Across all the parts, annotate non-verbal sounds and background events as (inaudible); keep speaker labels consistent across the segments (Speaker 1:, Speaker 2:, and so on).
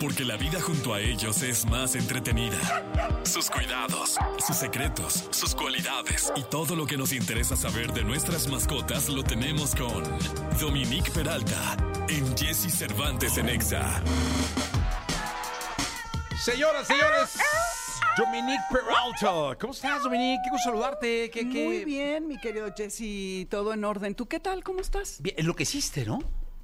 Speaker 1: porque la vida junto a ellos es más entretenida. Sus cuidados, sus secretos, sus cualidades y todo lo que nos interesa saber de nuestras mascotas lo tenemos con Dominique Peralta en Jesse Cervantes en Exa.
Speaker 2: Señoras, señores. Dominique Peralta. ¿Cómo estás, Dominique? Qué gusto saludarte. ¿Qué, qué...
Speaker 3: Muy bien, mi querido Jesse, todo en orden. ¿Tú qué tal? ¿Cómo estás?
Speaker 2: Bien, enloqueciste, ¿no?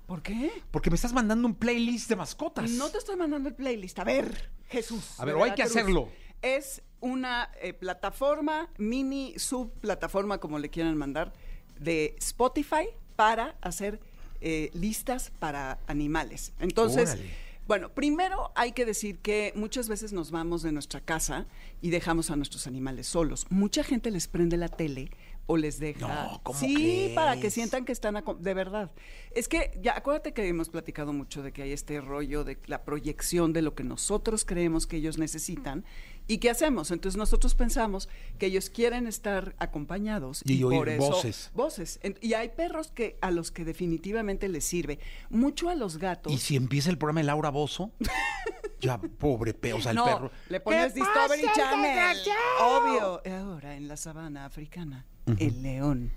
Speaker 3: ¿Por qué?
Speaker 2: Porque me estás mandando un playlist de mascotas.
Speaker 3: No te estoy mandando el playlist. A ver, Jesús.
Speaker 2: A ver, o hay que
Speaker 3: Veracruz.
Speaker 2: hacerlo.
Speaker 3: Es una eh, plataforma, mini subplataforma, como le quieran mandar, de Spotify para hacer eh, listas para animales. Entonces.
Speaker 2: Órale.
Speaker 3: Bueno, primero hay que decir que muchas veces nos vamos de nuestra casa y dejamos a nuestros animales solos. Mucha gente les prende la tele o les deja.
Speaker 2: No, ¿cómo
Speaker 3: sí,
Speaker 2: crees?
Speaker 3: para que sientan que están aco- de verdad. Es que ya acuérdate que hemos platicado mucho de que hay este rollo de la proyección de lo que nosotros creemos que ellos necesitan y qué hacemos. Entonces nosotros pensamos que ellos quieren estar acompañados
Speaker 2: Y oír
Speaker 3: por eso
Speaker 2: voces.
Speaker 3: voces. En- Y hay perros que a los que definitivamente les sirve mucho a los gatos.
Speaker 2: Y si empieza el programa de Laura
Speaker 3: (laughs)
Speaker 2: Bozo, ya pobre pe, o sea, el
Speaker 3: no,
Speaker 2: perro.
Speaker 3: le pones
Speaker 2: ¿Qué
Speaker 3: Discovery
Speaker 2: pasa,
Speaker 3: Channel.
Speaker 2: desgraciado?
Speaker 3: Obvio. Ahora en la sabana africana, el león.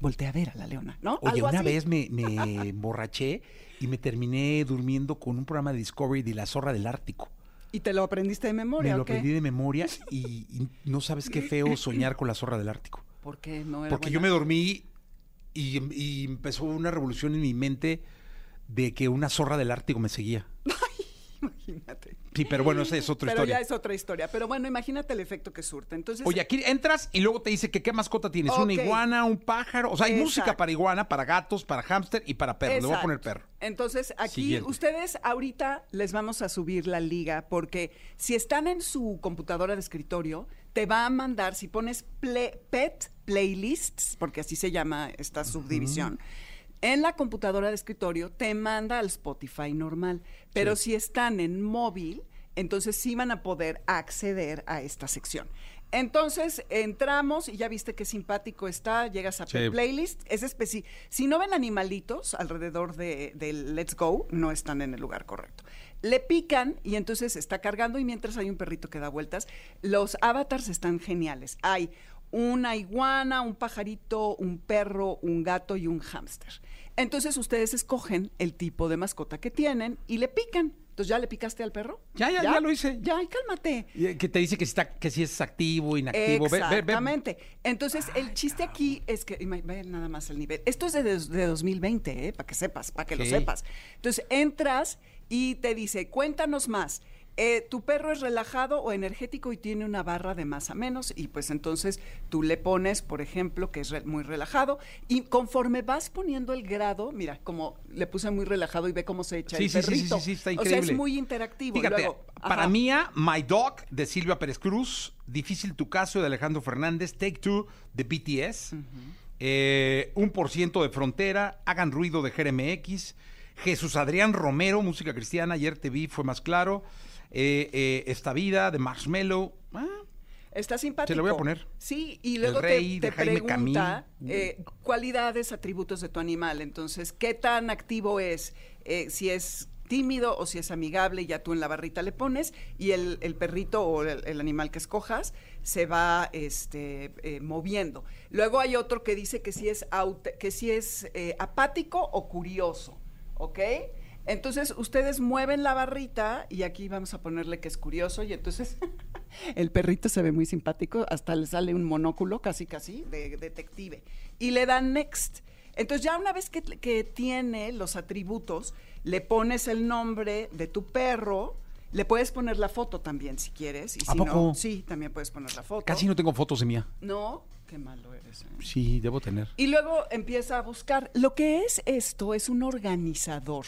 Speaker 3: Voltea a ver a la leona, ¿no?
Speaker 2: Oye,
Speaker 3: Algo
Speaker 2: una
Speaker 3: así.
Speaker 2: vez me, me emborraché y me terminé durmiendo con un programa de Discovery de la zorra del Ártico.
Speaker 3: ¿Y te lo aprendiste de
Speaker 2: Me
Speaker 3: memoria
Speaker 2: lo
Speaker 3: o qué?
Speaker 2: aprendí de
Speaker 3: (laughs)
Speaker 2: memoria y, y no sabes qué feo soñar con la zorra del Ártico.
Speaker 3: ¿Por qué no era
Speaker 2: Porque yo me
Speaker 3: buena?
Speaker 2: dormí y, y empezó una revolución en mi mente de que una zorra del Ártico me seguía.
Speaker 3: Imagínate.
Speaker 2: Sí, pero bueno, esa es otra
Speaker 3: (laughs) Pero
Speaker 2: historia.
Speaker 3: ya es otra historia. Pero bueno, imagínate el efecto que surte. Entonces,
Speaker 2: Oye, aquí entras y luego te dice que qué mascota tienes, una
Speaker 3: Ok.
Speaker 2: iguana, un pájaro. O sea, hay música
Speaker 3: Exacto.
Speaker 2: para iguana, para gatos, para hámster y para perro. Le voy a poner
Speaker 3: Exacto.
Speaker 2: perro.
Speaker 3: Entonces, aquí
Speaker 2: Siguiente.
Speaker 3: ustedes ahorita les vamos a subir la liga porque si están en su computadora de escritorio, te va a mandar, si pones ple- pet playlists, porque así se llama esta subdivisión. En la computadora de escritorio te manda al Spotify normal, pero si están en móvil, entonces sí van a poder acceder a esta sección. Entonces entramos y ya viste qué simpático está, llegas a
Speaker 2: Sí.
Speaker 3: Pet playlist es especi- Si no ven animalitos alrededor de- del Let's Go, no están en el lugar correcto. Le pican y entonces está cargando y mientras hay un perrito que da vueltas, los avatars están geniales. Hay una iguana, un pajarito, un perro, un gato y un hámster. Entonces ustedes escogen el tipo de mascota que tienen y le pican. Entonces ya le picaste al perro.
Speaker 2: Ya, ya, ya lo hice.
Speaker 3: Ya, y cálmate.
Speaker 2: Y, eh, Que te dice que si, está, que si es activo, inactivo. Ve- ve- ve-
Speaker 3: Exactamente. Entonces, el chiste aquí es que, ima- ve nada más el nivel. Esto es de, dos- de 2020, ¿eh? para que sepas, para que
Speaker 2: Ok.
Speaker 3: lo sepas. Entonces, entras y te dice, cuéntanos más. Eh, tu perro es relajado o energético y tiene una barra de más a menos y pues entonces tú le pones, por ejemplo, que es re- muy relajado y conforme vas poniendo el grado, mira, como le puse muy relajado y ve cómo se echa
Speaker 2: Sí,
Speaker 3: el
Speaker 2: sí, sí, sí,
Speaker 3: perrito.
Speaker 2: sí, sí, está
Speaker 3: O sea,
Speaker 2: increíble.
Speaker 3: es muy interactivo. Y
Speaker 2: Fíjate,
Speaker 3: luego,
Speaker 2: para
Speaker 3: ajá.
Speaker 2: mía, My Dog de Silvia Pérez Cruz, Difícil tu caso de Alejandro Fernández, Take Two de BTS, eh, Un por ciento de Frontera, Hagan Ruido de GRMX, Jesús Adrián Romero, Música Cristiana, Ayer te vi, fue más claro, eh, eh, Esta Vida de Marshmello. Ah,
Speaker 3: Está simpático.
Speaker 2: voy a poner.
Speaker 3: Sí, y luego te-
Speaker 2: rey
Speaker 3: te,
Speaker 2: de Jaime
Speaker 3: pregunta
Speaker 2: Camil.
Speaker 3: eh, cualidades, atributos de tu animal. Entonces, ¿qué tan activo es? Eh, si es tímido o si es amigable, ya tú en la barrita le pones y el, el perrito o el, el animal que escojas se va este, eh, moviendo. Luego hay otro que dice que si es, aut- que si es eh, apático o curioso, ¿ok? Entonces ustedes mueven la barrita y aquí vamos a ponerle que es curioso y entonces el perrito se ve muy simpático, hasta le sale un monóculo casi casi de detective y le dan next. Entonces ya una vez que, que tiene los atributos, le pones el nombre de tu perro, le puedes poner la foto también si quieres. Y
Speaker 2: ¿A
Speaker 3: si
Speaker 2: poco?
Speaker 3: no, sí, también puedes poner la foto.
Speaker 2: casi no tengo fotos de mía.
Speaker 3: No, qué malo eres. ¿eh?
Speaker 2: Sí, debo tener.
Speaker 3: Y luego empieza a buscar. Lo que es esto es un organizador.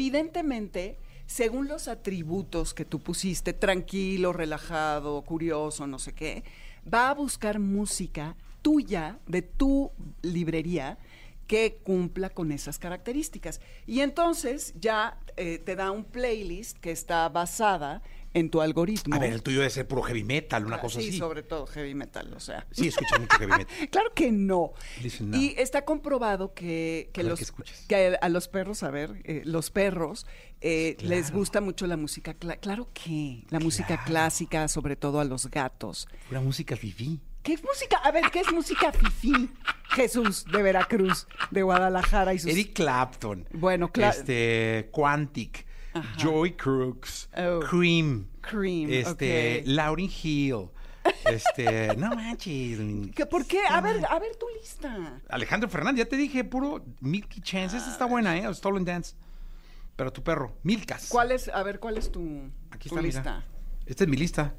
Speaker 3: Evidentemente, según los atributos que tú pusiste, tranquilo, relajado, curioso, no sé qué, va a buscar música tuya, de tu librería, que cumpla con esas características. Y entonces ya eh, te da un playlist que está basada en tu algoritmo.
Speaker 2: A ver, el tuyo debe ser puro heavy metal, una
Speaker 3: Ah,
Speaker 2: cosa
Speaker 3: sí,
Speaker 2: así.
Speaker 3: sobre todo heavy metal, o sea.
Speaker 2: Sí, escucho mucho heavy
Speaker 3: (laughs)
Speaker 2: metal.
Speaker 3: Claro que no.
Speaker 2: Dicen no.
Speaker 3: Y está comprobado que, que
Speaker 2: A ver
Speaker 3: los,
Speaker 2: qué escuchas.
Speaker 3: que a los perros, a ver, eh, los perros eh,
Speaker 2: Claro.
Speaker 3: les gusta mucho la música cla- Claro que la música
Speaker 2: Claro.
Speaker 3: clásica, sobre todo a los gatos.
Speaker 2: Pura música fifí.
Speaker 3: ¿Qué es música? A ver, ¿qué es música fifí? Jesús de Veracruz, de Guadalajara y sus...
Speaker 2: Eric Clapton.
Speaker 3: Bueno, cla-
Speaker 2: Este, Quantic.
Speaker 3: Ajá.
Speaker 2: Joy Crooks.
Speaker 3: Oh.
Speaker 2: Cream.
Speaker 3: Cream,
Speaker 2: Este,
Speaker 3: ok.
Speaker 2: Lauryn Hill.
Speaker 3: (laughs)
Speaker 2: Este, no manches.
Speaker 3: ¿Qué- ¿Por qué? A ver, a ver tu lista.
Speaker 2: Alejandro Fernández, ya te dije, puro Milky Chance. Esta
Speaker 3: Ah,
Speaker 2: está buena, ¿eh? Stolen Dance. Pero tu perro, Milkas.
Speaker 3: ¿Cuál es, a ver, cuál es tu,
Speaker 2: Aquí
Speaker 3: tu
Speaker 2: está,
Speaker 3: lista?
Speaker 2: mira. Esta es mi lista.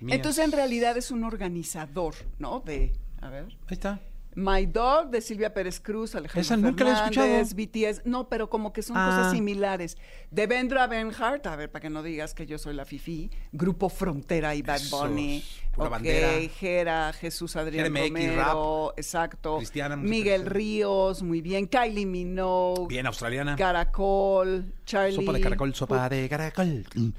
Speaker 2: Mía.
Speaker 3: Entonces, en realidad es un organizador, ¿no? De, a ver...
Speaker 2: Ahí está.
Speaker 3: My Dog de Silvia Pérez Cruz, Alejandro
Speaker 2: Esa nunca la he
Speaker 3: Fernández, BTS, no, pero como que son
Speaker 2: Ah.
Speaker 3: cosas similares. Devendra Benhart, a ver, para que no digas que yo soy la fifi, Grupo Frontera y Bad
Speaker 2: Esos,
Speaker 3: Bunny,
Speaker 2: pura
Speaker 3: Ok,
Speaker 2: bandera.
Speaker 3: Jera, Jesús Adrián
Speaker 2: Jera MX,
Speaker 3: Romero, exacto,
Speaker 2: Cristiana, mucha
Speaker 3: Miguel
Speaker 2: Cristiana.
Speaker 3: Ríos, muy bien, Kylie Minogue,
Speaker 2: Bien, australiana.
Speaker 3: Caracol, Charlie.
Speaker 2: Sopa de caracol,
Speaker 3: Puth.
Speaker 2: sopa de caracol. Mm.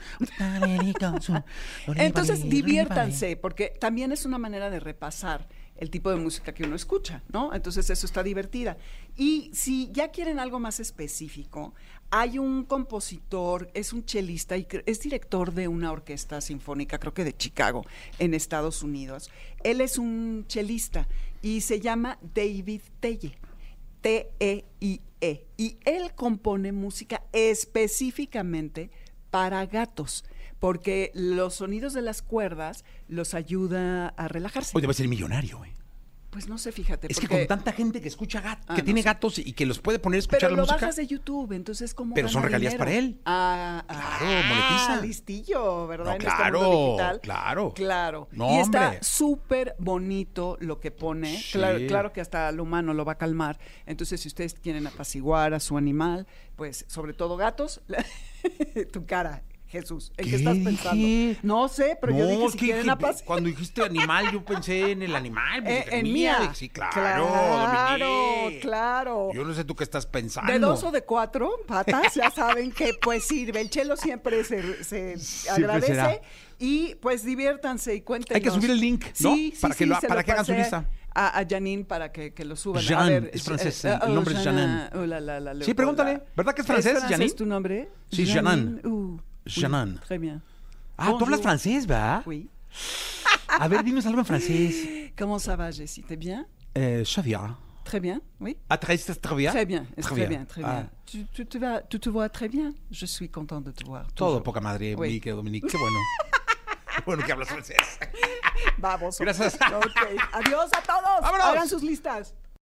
Speaker 3: Entonces, diviértanse, porque también es una manera de repasar el tipo de música que uno escucha, ¿no? Entonces, eso está divertida. Y si ya quieren algo más específico, hay un compositor, es un chelista y cre- es director de una orquesta sinfónica, creo que de Chicago, en Estados Unidos. Él es un chelista y se llama David Telle. T-E-I-E. Y él compone música específicamente para gatos, porque los sonidos de las cuerdas los ayuda a relajarse.
Speaker 2: Hoy debe ser millonario, eh. güey.
Speaker 3: Pues no sé, fíjate.
Speaker 2: Es que
Speaker 3: porque-
Speaker 2: con tanta gente que escucha gatos,
Speaker 3: Ah,
Speaker 2: que
Speaker 3: no
Speaker 2: tiene
Speaker 3: sé.
Speaker 2: gatos y que los puede poner a escuchar
Speaker 3: Pero
Speaker 2: la
Speaker 3: lo
Speaker 2: música.
Speaker 3: bajas de YouTube, entonces ¿cómo
Speaker 2: Pero
Speaker 3: gana
Speaker 2: son regalías
Speaker 3: dinero?
Speaker 2: para él.
Speaker 3: Ah, ah,
Speaker 2: Claro, monetiza.
Speaker 3: listillo, ¿verdad?
Speaker 2: No,
Speaker 3: En este
Speaker 2: claro,
Speaker 3: mundo digital.
Speaker 2: claro.
Speaker 3: Claro.
Speaker 2: No,
Speaker 3: y está
Speaker 2: hombre.
Speaker 3: súper bonito lo que pone.
Speaker 2: Sí.
Speaker 3: Claro, claro que hasta el humano lo va a calmar. Entonces, si ustedes quieren apaciguar a su animal, pues sobre todo gatos, (laughs) la- tu cara, Jesús, ¿en qué,
Speaker 2: ¿Qué
Speaker 3: estás pensando?
Speaker 2: dije?
Speaker 3: No sé, pero yo
Speaker 2: No,
Speaker 3: dije
Speaker 2: es
Speaker 3: si
Speaker 2: que
Speaker 3: quieren
Speaker 2: dije,
Speaker 3: apaciguar.
Speaker 2: Cuando dijiste animal, yo pensé en el animal. pues,
Speaker 3: Eh,
Speaker 2: dije,
Speaker 3: en
Speaker 2: mía.
Speaker 3: mía.
Speaker 2: Sí, claro.
Speaker 3: Claro,
Speaker 2: Dominique.
Speaker 3: claro.
Speaker 2: Yo no sé tú qué estás pensando.
Speaker 3: De dos o de cuatro patas, ya saben que pues sirve. El chelo siempre se, se
Speaker 2: Siempre
Speaker 3: agradece.
Speaker 2: será.
Speaker 3: Y pues diviértanse y cuéntenos.
Speaker 2: Hay que subir el link, ¿no?
Speaker 3: Sí, sí,
Speaker 2: Para que
Speaker 3: sí,
Speaker 2: lo-
Speaker 3: se
Speaker 2: para que hagan su
Speaker 3: pasé
Speaker 2: lista.
Speaker 3: A, a Janine para que, que lo suban. a
Speaker 2: Jean,
Speaker 3: ver,
Speaker 2: es francés,
Speaker 3: eh,
Speaker 2: el nombre es
Speaker 3: Jeanine.
Speaker 2: Jeanine.
Speaker 3: Oh, la, la, la,
Speaker 2: Sí,
Speaker 3: Leopolda.
Speaker 2: pregúntale, ¿verdad que es francés, Janine?
Speaker 3: tu nombre?
Speaker 2: Sí, Jeanine.
Speaker 3: Uh, oui,
Speaker 2: Jeanine.
Speaker 3: très bien.
Speaker 2: Ah, tú hablas
Speaker 3: Bonjour.
Speaker 2: francés, ¿verdad?
Speaker 3: Oui.
Speaker 2: A ver, dinos algo en francés.
Speaker 3: (gasps) Comment ça va, Jessie? T'es bien?
Speaker 2: Eh, Xavier.
Speaker 3: Très bien, oui.
Speaker 2: Ah, très, très, très bien.
Speaker 3: Très bien,
Speaker 2: Très
Speaker 3: es très
Speaker 2: bien.
Speaker 3: bien, très
Speaker 2: Ah.
Speaker 3: bien. Tu, tu te vas- tu te vois très bien. Je suis content de te voir.
Speaker 2: Todo
Speaker 3: toujours.
Speaker 2: poca madre,
Speaker 3: Oui.
Speaker 2: mi querido Dominique. Qué
Speaker 3: (laughs)
Speaker 2: bueno. Qué bueno que hablas francés.
Speaker 3: Vamos.
Speaker 2: Gracias.
Speaker 3: Ok, Adiós a todos.
Speaker 2: ¡Vámonos!
Speaker 3: Hagan sus listas.